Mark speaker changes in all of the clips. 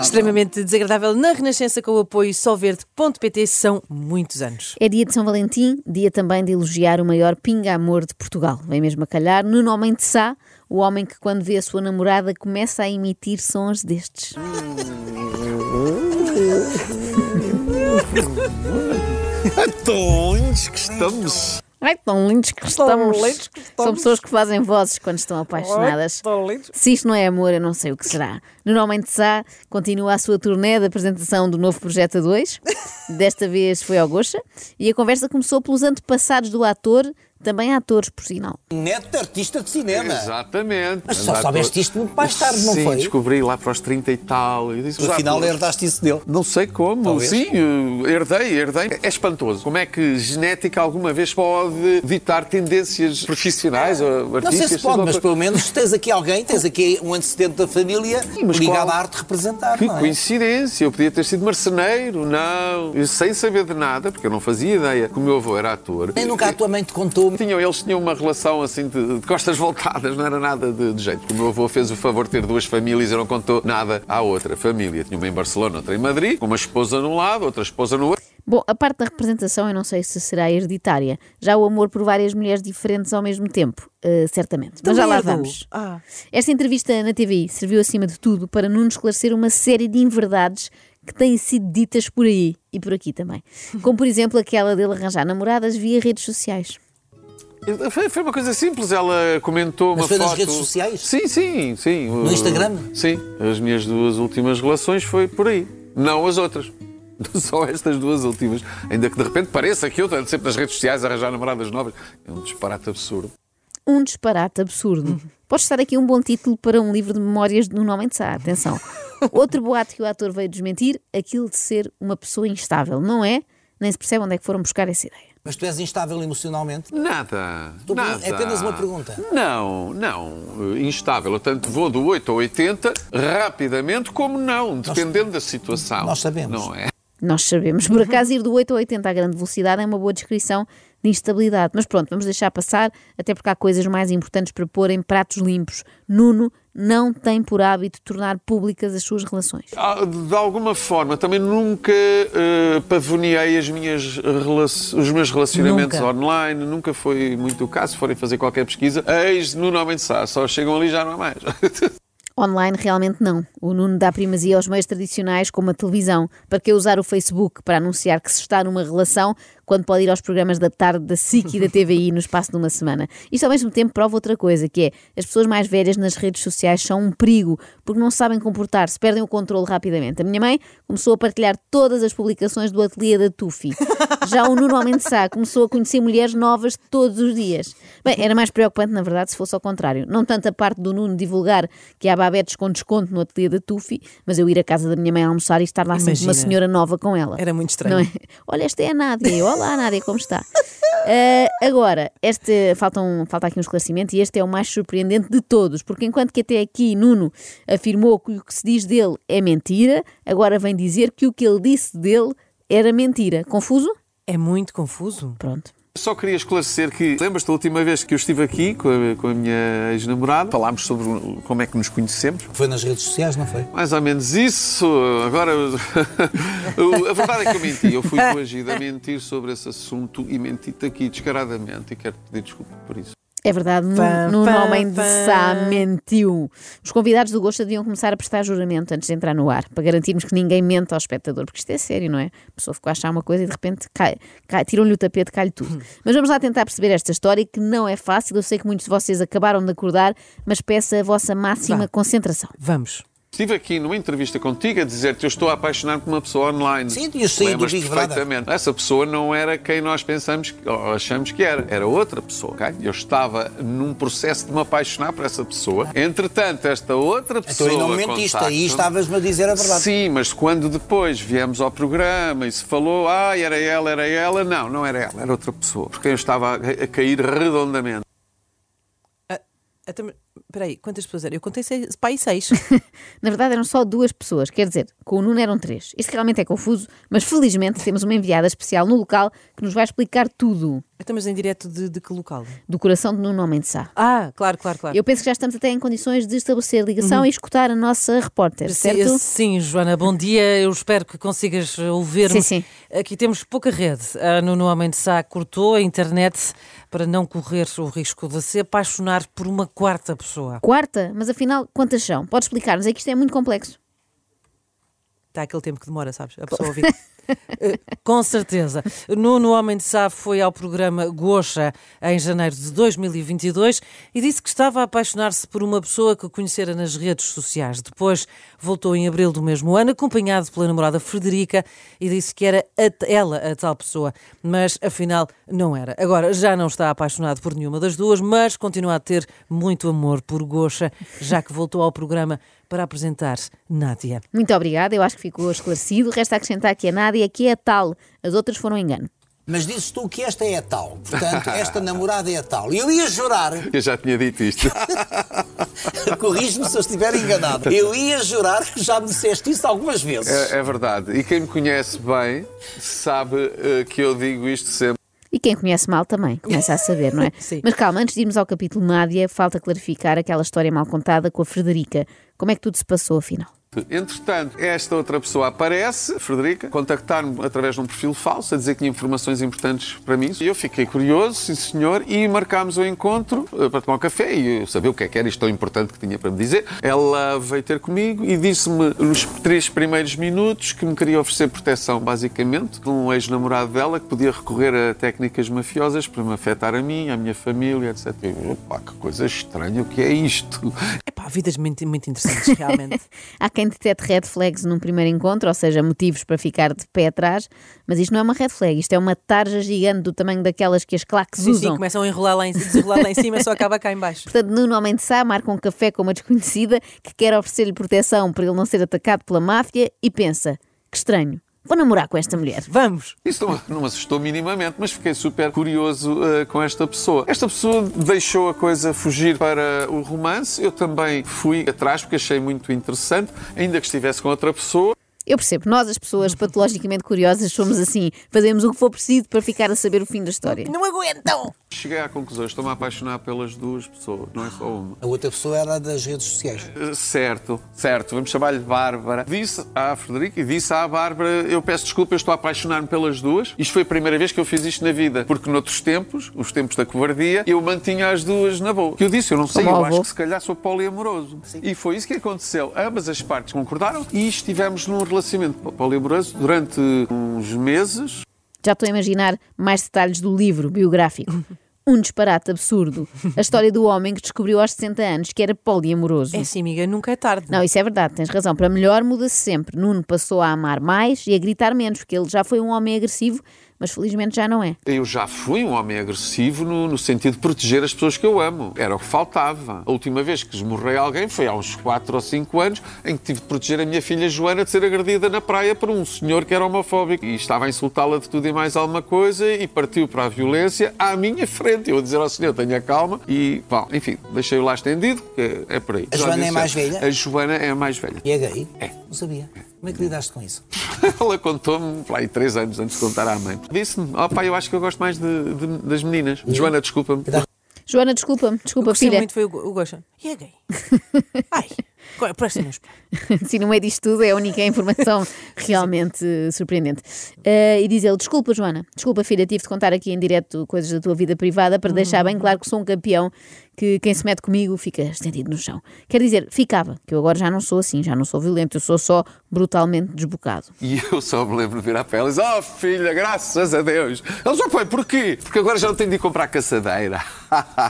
Speaker 1: Extremamente desagradável na Renascença com o apoio solverde.pt são muitos anos.
Speaker 2: É dia de São Valentim, dia também de elogiar o maior pinga-amor de Portugal. Vem mesmo a calhar no homem de Sá, o homem que quando vê a sua namorada começa a emitir sons destes.
Speaker 3: Tons que estamos.
Speaker 2: Ai, tão lindos que estamos. São pessoas que fazem vozes quando estão apaixonadas. Se isto não é amor, eu não sei o que será. Normalmente Sá continua a sua turnê da apresentação do novo Projeto 2. Desta vez foi ao Goxa. E a conversa começou pelos antepassados do ator, também atores, por sinal.
Speaker 4: Neto de artista de cinema.
Speaker 5: Exatamente.
Speaker 4: Mas só
Speaker 5: Andar
Speaker 4: soubeste
Speaker 5: todo-
Speaker 4: isto muito mais tarde, não
Speaker 5: Sim,
Speaker 4: foi?
Speaker 5: descobri lá para os 30 e tal. Eu disse,
Speaker 4: No
Speaker 5: mas há
Speaker 4: final
Speaker 5: pouco-
Speaker 4: herdaste isso dele.
Speaker 5: Não sei como,
Speaker 4: Talvez.
Speaker 5: sim, eh, herdei, herdei. É espantoso. Como é que genética alguma vez pode ditar tendências profissionais ou
Speaker 4: Não sei
Speaker 5: artísticas?
Speaker 4: se pode, mas
Speaker 5: Outra-
Speaker 4: pelo menos tens aqui alguém, tens aqui um antecedente da família
Speaker 5: mas
Speaker 4: ligado
Speaker 5: qual?
Speaker 4: à arte representar,
Speaker 5: Que
Speaker 4: não é?
Speaker 5: coincidência, eu podia ter sido marceneiro, não. Eu sem saber de nada, porque eu não fazia ideia que o meu avô era ator.
Speaker 4: Nem nunca a tua mãe te contou.
Speaker 5: Tinham, eles tinham uma relação assim de, de costas voltadas, não era nada de, de jeito. O meu avô fez o favor de ter duas famílias e não contou nada à outra família. Tinha uma em Barcelona, outra em Madrid, com uma esposa num lado, outra esposa no outro.
Speaker 2: Bom, a parte da representação eu não sei se será hereditária. Já o amor por várias mulheres diferentes ao mesmo tempo, eh, certamente. Mas já lá
Speaker 1: Merda.
Speaker 2: vamos.
Speaker 1: Ah.
Speaker 2: Esta entrevista na TVI serviu acima de tudo para Nuno esclarecer uma série de inverdades que têm sido ditas por aí e por aqui também. Como por exemplo aquela dele arranjar namoradas via redes sociais.
Speaker 5: Foi, foi uma coisa simples, ela comentou
Speaker 4: Mas
Speaker 5: uma
Speaker 4: foi nas
Speaker 5: foto.
Speaker 4: redes sociais?
Speaker 5: Sim, sim, sim. Eh,
Speaker 4: No Instagram?
Speaker 5: Sim. As minhas duas últimas relações foi por aí. Não as outras. Só estas duas últimas. Ainda que de repente pareça que eu estou sempre nas redes sociais a arranjar namoradas novas. É um disparate absurdo.
Speaker 2: Um disparate absurdo. Pode estar aqui um bom título para um livro de memórias de Nuno Homem de Sá, atenção. Outro boato que o ator veio desmentir, aquilo de ser uma pessoa instável, não é? Nem se percebe onde é que foram buscar essa ideia.
Speaker 4: Mas tu és instável emocionalmente.
Speaker 5: Nada.
Speaker 4: Estou a
Speaker 5: nada.
Speaker 4: pergun- é apenas uma pergunta.
Speaker 5: Não, não. eh, Instável. Eu tanto vou do 8 ao 80 rapidamente como não, dependendo da situação.
Speaker 4: nós sabemos.
Speaker 5: Não é?
Speaker 2: Nós sabemos. Por acaso, ir do 8 ao 80 à grande velocidade é uma boa descrição de instabilidade. Mas pronto, vamos deixar passar, até porque há coisas mais importantes para pôr em pratos limpos. Nuno não tem por hábito tornar públicas as suas relações.
Speaker 5: Ah, De alguma forma, também nunca eh, pavoneei as minhas rela- os meus relacionamentos
Speaker 1: Nunca.
Speaker 5: online, nunca foi muito o caso. Se forem fazer qualquer pesquisa, eis no nome de Sá, só chegam ali e já não há mais.
Speaker 2: Online, realmente não. O Nuno dá primazia aos meios tradicionais, como a televisão. Para que usar o Facebook para anunciar que se está numa relação quando pode ir aos programas da tarde da SIC e da TVI no espaço de uma semana? Isto ao mesmo tempo prova outra coisa, que é as pessoas mais velhas nas redes sociais são um perigo, porque não sabem comportar-se, perdem o controle rapidamente. A minha mãe começou a partilhar todas as publicações do ateliê da Tufi. Já o Nuno Almendes Sá começou a conhecer mulheres novas todos os dias. Bem, era mais preocupante, na verdade, se fosse ao contrário. Não tanto a parte do Nuno divulgar que há babetes com desconto no ateliê da Tufi, mas eu ir à casa da minha mãe almoçar e estar lá sempre uma
Speaker 1: Imagina.
Speaker 2: senhora nova com ela.
Speaker 1: Era muito estranho.
Speaker 2: Não é? Olha, esta é a Nádia. Eu, Olá, Nádia, como está? Ah, agora, este, falta, um- falta aqui um esclarecimento e este é o mais surpreendente de todos, porque enquanto que até aqui Nuno afirmou que o que se diz dele é mentira, agora vem dizer que o que ele disse dele era mentira. Confuso?
Speaker 1: É muito confuso.
Speaker 2: Pronto.
Speaker 5: Só queria esclarecer que, lembras-te da última vez que eu estive aqui com a, com a minha ex-namorada? Falámos sobre o- como é que nos conhecemos.
Speaker 4: Foi nas redes sociais, não foi?
Speaker 5: Mais ou menos isso. Agora, a verdade é que eu menti. Eu fui coagido a mentir sobre esse assunto e menti-te aqui descaradamente e quero pedir desculpa por isso.
Speaker 2: É verdade, no,
Speaker 1: Pam,
Speaker 2: no
Speaker 1: pam,
Speaker 2: homem de
Speaker 1: pam.
Speaker 2: Sá mentiu. um. Os convidados do Gosto deviam começar a prestar juramento antes de entrar no ar, para garantirmos que ninguém mente ao espectador, porque isto é sério, não é? A pessoa ficou a achar uma coisa e de repente cai, cai- tiram-lhe o tapete, cai-lhe tudo. Mas vamos lá tentar perceber esta história, que não é fácil. Eu sei que muitos de vocês acabaram de acordar, mas peço a vossa máxima
Speaker 1: Vá.
Speaker 2: concentração.
Speaker 1: Vamos.
Speaker 5: Estive aqui numa entrevista contigo a dizer-te eu estou a apaixonar por uma pessoa online.
Speaker 4: Sim, tinhas saído do
Speaker 5: Lembras
Speaker 4: Big Brother.
Speaker 5: perfeitamente. Essa pessoa não era quem nós pensamos que- ou achamos que era. Era outra pessoa, ok? Eu estava num processo de me apaixonar por essa pessoa. Entretanto, esta outra
Speaker 4: Então
Speaker 5: pessoa.
Speaker 4: aí não me mentiste, aí
Speaker 5: contacta-me.
Speaker 4: estavas-me a dizer a verdade.
Speaker 5: Sim, mas quando depois viemos ao programa e se falou, ah, era ela, era ela, não, não era ela, era outra pessoa, porque eu estava a a cair redondamente.
Speaker 1: Então, Espera aí, quantas pessoas eram? Eu contei seis, pá, e seis.
Speaker 2: Na verdade, eram só duas pessoas, quer dizer, com o Nuno eram três. Isto realmente é confuso, mas felizmente temos uma enviada especial no local que nos vai explicar tudo
Speaker 1: Estamos Então, em direto de, de que local?
Speaker 2: do coração de Nuno Homem de Sá.
Speaker 1: Ah, claro, claro, claro.
Speaker 2: Eu penso que já estamos até em condições de estabelecer ligação e escutar a nossa repórter, certo?
Speaker 1: Uhum. Sim, sim, Joana, bom dia. Eu espero que consigas eh, ouvir-me.
Speaker 2: Sim, sim.
Speaker 1: Aqui temos pouca rede. A Nuno Homem de Sá cortou a internet para não correr o risco de se apaixonar por uma quarta pessoa.
Speaker 2: Quarta, mas afinal, quantas são? Pode explicar-nos, é que isto é muito complexo.
Speaker 1: Está aquele tempo que demora, sabes? A pessoa ouvir. Eh, Com certeza. Nuno Homem de Sá foi ao programa Gocha em janeiro de 2022 e disse que estava a apaixonar-se por uma pessoa que conhecera nas redes sociais. Depois voltou em abril do mesmo ano, acompanhado pela namorada Frederica, e disse que era a t- ela a tal pessoa, mas afinal não era. Agora já não está apaixonado por nenhuma das duas, mas continua a ter muito amor por Gocha, já que voltou ao programa para apresentar Nádia.
Speaker 2: Muito obrigada, eu acho que ficou esclarecido. Resta acrescentar que a Nádia que é a tal, as outras foram um engano.
Speaker 4: Mas dizes tu que esta é a tal. Portanto, esta namorada é a tal. E eu ia jurar,
Speaker 5: Eu já tinha dito isto.
Speaker 4: corrige-me se eu estiver enganado, eu ia jurar que já me disseste isso algumas vezes.
Speaker 5: É, é verdade. E quem me conhece bem sabe eh, que eu digo isto sempre.
Speaker 2: E quem conhece mal também começa a saber, não é?
Speaker 1: Sim.
Speaker 2: Mas calma, antes de irmos ao capítulo Nádia, falta clarificar aquela história mal contada com a Frederica. Como é que tudo se passou afinal?
Speaker 5: Entretanto, esta outra pessoa aparece, Frederica, contactar-me através de um perfil falso, a dizer que tinha informações importantes para mim. E eu fiquei curioso, sim senhor, e marcámos o encontro eh, para tomar um café e eu saber o que é que era isto tão importante que tinha para me dizer. Ela veio ter comigo e disse-me nos três primeiros minutos que me queria oferecer proteção, basicamente, de um ex-namorado dela que podia recorrer a técnicas mafiosas para me afetar a mim, à minha família, etc. Eu, Opa, que coisa estranha, o que é isto?
Speaker 1: Epá, vidas muito, muito interessantes, realmente.
Speaker 2: Há quem detete red flags num primeiro encontro, ou seja, motivos para ficar de pé atrás, mas isto não é uma red flag, isto é uma tarja gigante do tamanho daquelas que as claques
Speaker 1: sim, é sim,
Speaker 2: usam.
Speaker 1: começam a enrolar lá em, desenrolar lá em cima, só acaba cá em baixo.
Speaker 2: Portanto, Nuno Homem de Sá marca um café com uma desconhecida que quer oferecer-lhe proteção para ele não ser atacado pela máfia e pensa: que estranho, vou namorar com esta mulher.
Speaker 1: Vamos!
Speaker 5: Isso não, não me assustou minimamente, mas fiquei super curioso eh, com esta pessoa. Esta pessoa deixou a coisa fugir para o romance. Eu também fui atrás porque achei muito interessante, ainda que estivesse com outra pessoa.
Speaker 2: Eu percebo, nós, as pessoas patologicamente curiosas, somos assim, fazemos o que for preciso para ficar a saber o fim da história.
Speaker 1: Não aguentam!
Speaker 5: Cheguei à conclusão, estou-me a apaixonar pelas duas pessoas, não é só uma.
Speaker 4: A outra pessoa era das redes sociais.
Speaker 5: Eh, Certo, certo, vamos chamar-lhe Bárbara. Disse à Frederica e disse à Bárbara: Eu peço desculpa, eu estou a apaixonar-me pelas duas. Isto foi a primeira vez que eu fiz isto na vida, porque noutros tempos, os tempos da covardia, eu mantinha as duas na boa. Que eu disse: Eu não sei,
Speaker 2: Como
Speaker 5: eu
Speaker 2: avô.
Speaker 5: acho que se calhar sou poliamoroso. E foi isso que aconteceu. Ambas as partes concordaram e estivemos num relacionamento poliamoroso durante uns meses.
Speaker 2: Já estou a imaginar mais detalhes do livro biográfico. Um disparate absurdo. A história do homem que descobriu aos 60 anos que era poliamoroso.
Speaker 1: É sim, amiga, nunca é tarde.
Speaker 2: Não, isso é verdade, tens razão. Para melhor muda-se sempre. Nuno passou a amar mais e a gritar menos, porque ele já foi um homem agressivo, mas felizmente já não é.
Speaker 5: Eu já fui um homem agressivo no, no sentido de proteger as pessoas que eu amo. Era o que faltava. A última vez que esmorrei alguém foi há uns 4 ou 5 anos, em que tive de proteger a minha filha Joana de ser agredida na praia por um senhor que era homofóbico e estava a insultá-la de tudo e mais alguma coisa e partiu para a violência à minha frente. Eu a dizer ao senhor, tenha calma e, pá, enfim, deixei-o lá estendido, que é, é por aí.
Speaker 4: A Joana é
Speaker 5: disse,
Speaker 4: mais velha?
Speaker 5: A Joana é a mais velha.
Speaker 4: E é gay? É. Não sabia. Como é que lidaste com isso?
Speaker 5: Ela contou-me, lá aí, três anos antes de contar à mãe. Disse-me, ó pai, eu acho que eu gosto mais de- de- das meninas.
Speaker 4: Uhum.
Speaker 5: Joana, desculpa-me.
Speaker 4: Então-
Speaker 2: Joana, desculpa-me,
Speaker 1: O que é
Speaker 2: desculpa,
Speaker 1: gostei
Speaker 2: filha.
Speaker 1: muito foi o, o Gosha. E é gay? Ai, um agora presta-nos.
Speaker 2: Sim, no meio disto tudo é a única informação realmente eh, surpreendente. Eh, e diz ele: Desculpa, Joana, desculpa, filha, tive de contar aqui em direto coisas da tua vida privada para deixar bem claro que sou um campeão que quem se mete comigo fica estendido no chão. Quer dizer, ficava, que eu agora já não sou assim, já não sou violento, eu sou só brutalmente desbocado.
Speaker 5: E eu só me lembro de virar para ela e dizer: Oh, filha, graças a Deus. Ela já foi, porquê? Porque agora já não tenho de ir comprar caçadeira.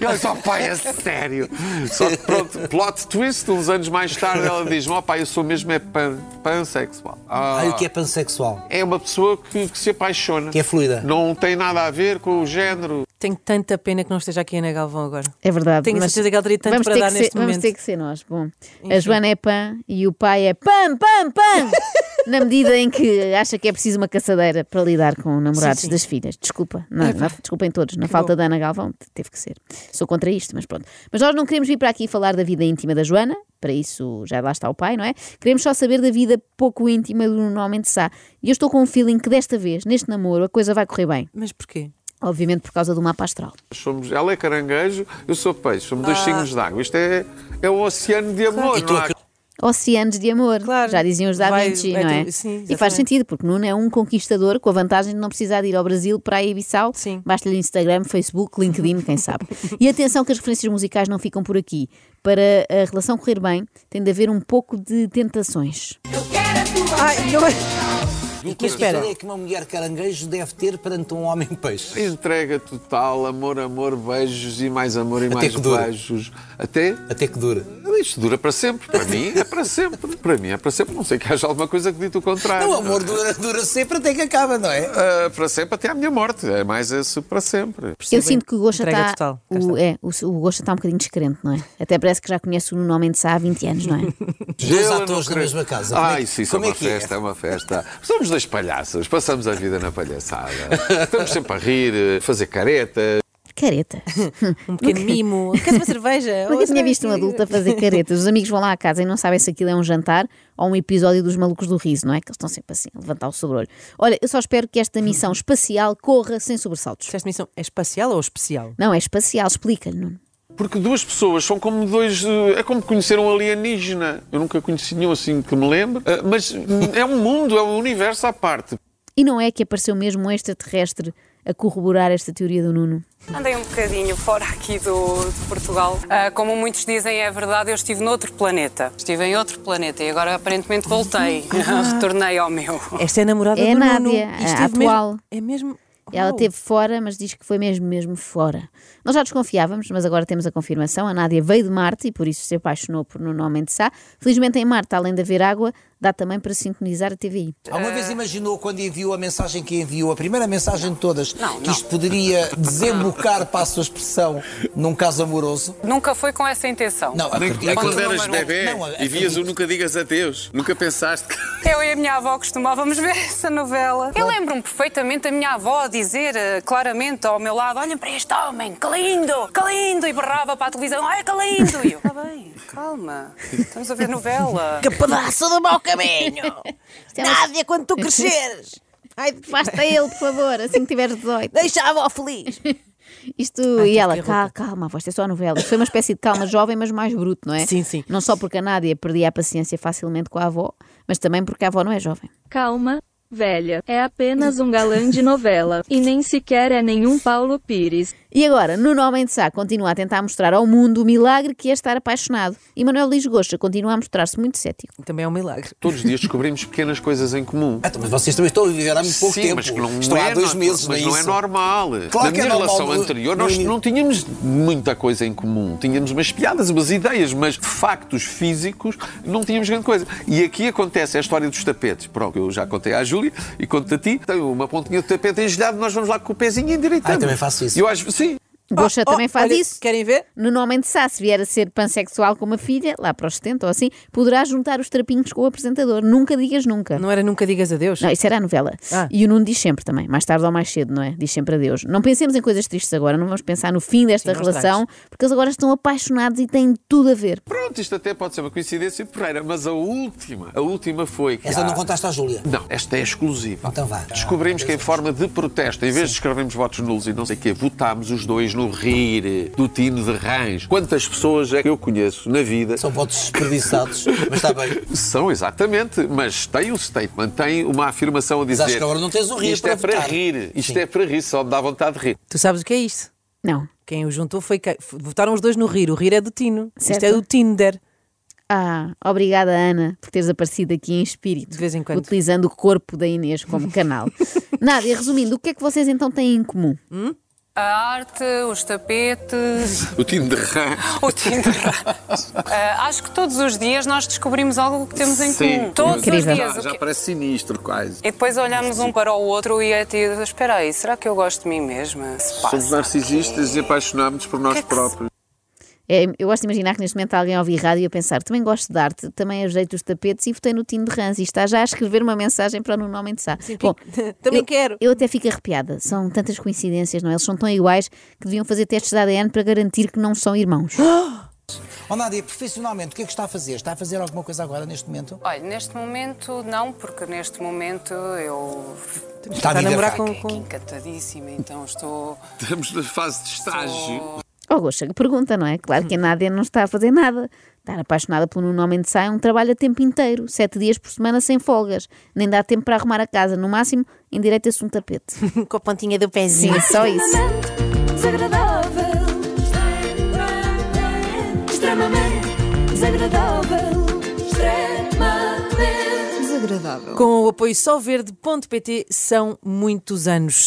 Speaker 5: e ela disse: Oh, pai, é sério. Só que pronto, plot twist, uns anos mais tarde, ela diz: Oh, pai, eu sou mesmo é pan, pansexual. Ah,
Speaker 4: Ai, o que é pansexual?
Speaker 5: é uma pessoa que, que se apaixona.
Speaker 4: Que é fluida.
Speaker 5: Não tem nada a ver com o género.
Speaker 1: Tenho tanta pena que não esteja aqui a Ana Galvão agora.
Speaker 2: É verdade.
Speaker 1: Tenho a
Speaker 2: mas
Speaker 1: certeza que ela teria tanto
Speaker 2: vamos
Speaker 1: para
Speaker 2: ter
Speaker 1: dar
Speaker 2: que
Speaker 1: neste
Speaker 2: ser, Vamos
Speaker 1: momento.
Speaker 2: ter que ser nós. Bom, a Joana é pã e o pai é pam, pam, pam! Na medida em que acha que é preciso uma caçadeira para lidar com namorados
Speaker 1: sim. É
Speaker 2: das filhas. Desculpa, não, não, desculpem todos, na falta da Ana Galvão, te- teve que ser. Sou contra isto, mas pronto. Mas nós não queremos vir para aqui falar da vida íntima da Joana, para isso já lá está o pai, não é? Queremos só saber da vida pouco íntima do Nuno Almendes Sá. E eu estou com um feeling que desta vez, neste namoro, a coisa vai correr bem.
Speaker 1: Mas porquê?
Speaker 2: Obviamente por causa do mapa astral.
Speaker 5: Somos, ela é caranguejo, eu sou peixe. Somos dois signos de água. Isto é, é um oceano de amor.
Speaker 4: E tu
Speaker 5: não é? há-
Speaker 4: acre-
Speaker 2: Oceanos de amor,
Speaker 1: Claro.
Speaker 2: já diziam os da
Speaker 1: Vai-
Speaker 2: Vinci,
Speaker 1: vai
Speaker 2: não
Speaker 1: ter-
Speaker 2: é?
Speaker 1: sim,
Speaker 2: e faz
Speaker 1: exatamente.
Speaker 2: sentido, porque Nuno é um conquistador com a vantagem de não precisar de ir ao Brasil, para a Ibiçal.
Speaker 1: Sim.
Speaker 2: Basta-lhe Instagram, Facebook, LinkedIn, quem sabe. E atenção que as referências musicais não ficam por aqui. Para a relação correr bem, tem de haver um pouco de tentações.
Speaker 1: Ai, não é.
Speaker 4: E que
Speaker 1: espera.
Speaker 4: atitude é que uma mulher caranguejo deve ter perante um homem peixe?
Speaker 5: Entrega total, amor, amor, beijos e mais amor e mais
Speaker 4: que dura.
Speaker 5: beijos. Até.
Speaker 4: Até que dura.
Speaker 5: Isto dura para sempre. Para mim é para sempre. Para mim é para sempre. Não sei que haja alguma coisa que dite o contrário.
Speaker 4: Não, o amor dura, dura sempre até que acaba, não é?
Speaker 5: Ah, para sempre até à minha morte. É mais esse para sempre.
Speaker 2: Eu sinto que o Gosha
Speaker 1: Entrega
Speaker 2: está.
Speaker 1: total.
Speaker 2: O, é, o, o Gosha está um bocadinho descrente, não é? Até parece que já conhece o Nuno Mendes há 20 anos, não é?
Speaker 4: Dois
Speaker 5: Gela,
Speaker 4: atores
Speaker 5: não
Speaker 4: na
Speaker 5: creio.
Speaker 4: mesma casa. Como é
Speaker 5: Ah,
Speaker 4: que-
Speaker 5: isso, isso
Speaker 4: como
Speaker 5: é
Speaker 4: é
Speaker 5: uma
Speaker 4: que é?
Speaker 5: festa, é uma festa. Somos dois palhaços, passamos a vida na palhaçada. Estamos sempre a rir, a fazer careta.
Speaker 2: Careta.
Speaker 1: Um pequeno mimo. Queres uma cerveja?
Speaker 2: Nunca
Speaker 1: Ou
Speaker 2: tinha
Speaker 1: sei
Speaker 2: visto um
Speaker 1: que-
Speaker 2: adulto a fazer caretas. Os amigos vão lá à casa e não sabem se aquilo é um jantar ou um episódio dos Malucos do Riso, não é? Que eles estão sempre assim, a levantar o sobreolho. Olha, eu só espero que esta missão espacial corra sem sobressaltos.
Speaker 1: Disseste missão é espacial ou especial?
Speaker 2: Não, é espacial, explica-lhe, Nuno.
Speaker 5: Porque duas pessoas são como dois. eh, É como conhecer um alienígena. Eu nunca conheci nenhum assim que me lembre, eh, mas hum, é um mundo, é um universo à parte.
Speaker 2: E não é que apareceu mesmo um extraterrestre a corroborar esta teoria do Nuno.
Speaker 3: Andei um bocadinho fora aqui do, de Portugal. Ah, como muitos dizem, é verdade, eu estive noutro planeta. Estive em outro planeta e agora aparentemente voltei. Retornei ao meu.
Speaker 1: Esta é a namorada
Speaker 2: É a
Speaker 1: do Nuno.
Speaker 2: Nádia,
Speaker 1: E
Speaker 2: a
Speaker 1: esteve mesmo-
Speaker 2: atual.
Speaker 1: É mesmo.
Speaker 2: Ela
Speaker 1: Uau.
Speaker 2: teve fora, mas diz que foi mesmo, mesmo fora. Nós já desconfiávamos, mas agora temos a confirmação. A Nádia veio de Marte e por isso se apaixonou por Nuno Homem de Sá. Felizmente em Marte, além de haver água, dá também para sintonizar a TVI.
Speaker 4: Alguma vez imaginou quando enviou a mensagem que enviou, a primeira mensagem de todas,
Speaker 3: Não,
Speaker 4: que
Speaker 3: não.
Speaker 4: isto poderia desembocar, para a sua expressão, num caso amoroso?
Speaker 3: Nunca foi com essa intenção.
Speaker 4: Não, acredito. Então,
Speaker 3: nem quando eras
Speaker 4: É bebê Não, é e vias acredito. o
Speaker 5: Nunca Digas Adeus. Nunca pensaste que.
Speaker 3: Eu e a minha avó costumávamos ver essa novela. Eu lembro-me perfeitamente da minha avó a dizer eh, claramente ao meu lado: olhem para este homem, que lindo, que lindo! E berrava para a televisão: olha que lindo! E eu: está bem, calma, estamos a ver novela.
Speaker 6: Que pedaço do mau caminho!
Speaker 2: é uma-
Speaker 6: Nádia, quando tu cresceres, ai,
Speaker 2: Basta ele, por favor, assim que tiveres 18.
Speaker 6: deixa a avó feliz.
Speaker 2: Isto, e ela, calma, calma, avó, isto é só novela. Foi uma espécie de calma jovem, mas mais bruto, não é?
Speaker 1: Sim, sim.
Speaker 2: Não só porque a Nádia perdia a paciência facilmente com a avó, mas também porque a avó não é jovem.
Speaker 7: Calma, velha. É apenas um galã de novela. E nem sequer é nenhum Paulo Pires.
Speaker 2: E agora, Nuno Homem de Sá continua a tentar mostrar ao mundo o milagre que é estar apaixonado. E Manuel Luís Gosta continua a mostrar-se muito cético.
Speaker 1: Também é um milagre.
Speaker 5: Todos os dias descobrimos pequenas coisas em comum.
Speaker 4: Ah, então, mas vocês também estão a viver há muito um pouco
Speaker 5: é- Sim,
Speaker 4: tempo.
Speaker 5: mas que não
Speaker 4: estão
Speaker 5: é
Speaker 4: há dois
Speaker 5: normal,
Speaker 4: meses,
Speaker 5: mas
Speaker 4: é
Speaker 5: não é
Speaker 4: isso?
Speaker 5: normal.
Speaker 4: Claro
Speaker 5: Na
Speaker 4: que é
Speaker 5: minha
Speaker 4: normal,
Speaker 5: relação
Speaker 4: no-
Speaker 5: anterior,
Speaker 4: no
Speaker 5: nós
Speaker 4: início.
Speaker 5: não tínhamos muita coisa em comum. Tínhamos umas piadas, umas ideias, mas factos físicos não tínhamos grande coisa. E aqui acontece a história dos tapetes. Pronto, eu já contei à Júlia e conto a ti. Tem uma pontinha de tapete engelhado, nós vamos lá com o pezinho endireitado.
Speaker 4: Ah, eu também faço isso.
Speaker 5: Eu acho, sim.
Speaker 2: Gosta
Speaker 1: Oh,
Speaker 2: também faz
Speaker 1: olha,
Speaker 2: isso.
Speaker 1: Querem ver?
Speaker 2: Nuno Homem de Sá, se vier a ser pansexual com uma filha, lá para os 70 ou assim, poderá juntar os trapinhos com o apresentador. Nunca digas nunca.
Speaker 1: Não era nunca digas adeus?
Speaker 2: Não, isso era a novela.
Speaker 1: Ah.
Speaker 2: E o Nuno diz sempre também, mais tarde ou mais cedo, não é? Diz sempre adeus. Não pensemos em coisas tristes agora, não vamos pensar no fim desta
Speaker 1: Sim, não
Speaker 2: relação, porque eles agora estão apaixonados e têm tudo a ver.
Speaker 5: Pronto, isto até pode ser uma coincidência porreira, mas a última, a última foi que.
Speaker 4: Essa
Speaker 5: há-
Speaker 4: não contaste à Júlia.
Speaker 5: Não, esta é exclusiva.
Speaker 4: Então vá.
Speaker 5: Descobrimos que em forma de protesto, em vez de escrevermos votos nulos e não sei o quê, votámos os dois no rir do Tino de Rãs. Quantas pessoas é que eu conheço na vida?
Speaker 4: São votos desperdiçados, mas está bem.
Speaker 5: São, exatamente, mas tem um statement, tem uma afirmação a dizer.
Speaker 4: acho que agora não tens o rir
Speaker 5: Isto
Speaker 4: para
Speaker 5: é para
Speaker 4: votar."
Speaker 5: rir, isto
Speaker 4: Sim.
Speaker 5: é para rir, só me dá vontade de rir.
Speaker 1: Tu sabes o que é isto?
Speaker 2: Não.
Speaker 1: Quem o juntou foi. quem- f- Votaram os dois no Rir. O Rir é do Tino.
Speaker 2: Certo.
Speaker 1: Isto é do Tinder.
Speaker 2: Ah, obrigada, Ana, por teres aparecido aqui em espírito.
Speaker 1: De vez em quando.
Speaker 2: Utilizando o corpo da Inês como canal. Nada, e resumindo, o que é que vocês então têm em comum?
Speaker 3: A arte, os tapetes,
Speaker 5: O time de rã.
Speaker 3: o Tinder. Ah, acho que todos os dias nós descobrimos algo que temos em comum. Todos
Speaker 2: Incrível.
Speaker 3: os dias.
Speaker 5: Já,
Speaker 3: o
Speaker 5: já
Speaker 3: que-
Speaker 5: parece sinistro, quase.
Speaker 3: E depois olhamos um para o outro e é tipo, espera aí, será que eu gosto de mim mesma? Se passa
Speaker 5: Somos narcisistas e apaixonámos-nos por nós
Speaker 3: Que que se-
Speaker 5: próprios.
Speaker 2: É, eu gosto de imaginar que neste momento há alguém a ouvir rádio e a pensar: também gosto de arte, também ajeito os tapetes e votei no Tino de Rãs e está já a escrever uma mensagem para o Nuno Homem de Sá. Bom,
Speaker 1: também
Speaker 2: eu,
Speaker 1: quero.
Speaker 2: Eu até fico arrepiada. São tantas coincidências, não é? Eles são tão iguais que deviam fazer testes de ADN para garantir que não são irmãos.
Speaker 4: Oh, Nádia, profissionalmente, o que é que está a fazer? Está a fazer alguma coisa agora, neste momento?
Speaker 3: Olha, neste momento não, porque neste momento eu
Speaker 4: Está a
Speaker 1: Está a
Speaker 4: viver
Speaker 1: namorar
Speaker 4: fraca.
Speaker 3: fiquei
Speaker 1: com.
Speaker 3: aqui
Speaker 1: com-
Speaker 3: encantadíssima, então estou.
Speaker 5: Estamos na fase de estágio.
Speaker 2: Oh, Gosta, que pergunta, não é? Claro que a Nádia não está a fazer nada. Estar apaixonada por um homem de saia é um trabalho a tempo inteiro, sete dias por semana sem folgas. Nem dá tempo para arrumar a casa, no máximo, endireita-se um tapete.
Speaker 6: Com a pontinha do
Speaker 2: Sim,
Speaker 6: pezinho.
Speaker 2: só isso.
Speaker 8: Desagradável. Extremamente desagradável. Extremamente desagradável.
Speaker 1: Com o apoio solverde.pt são muitos anos.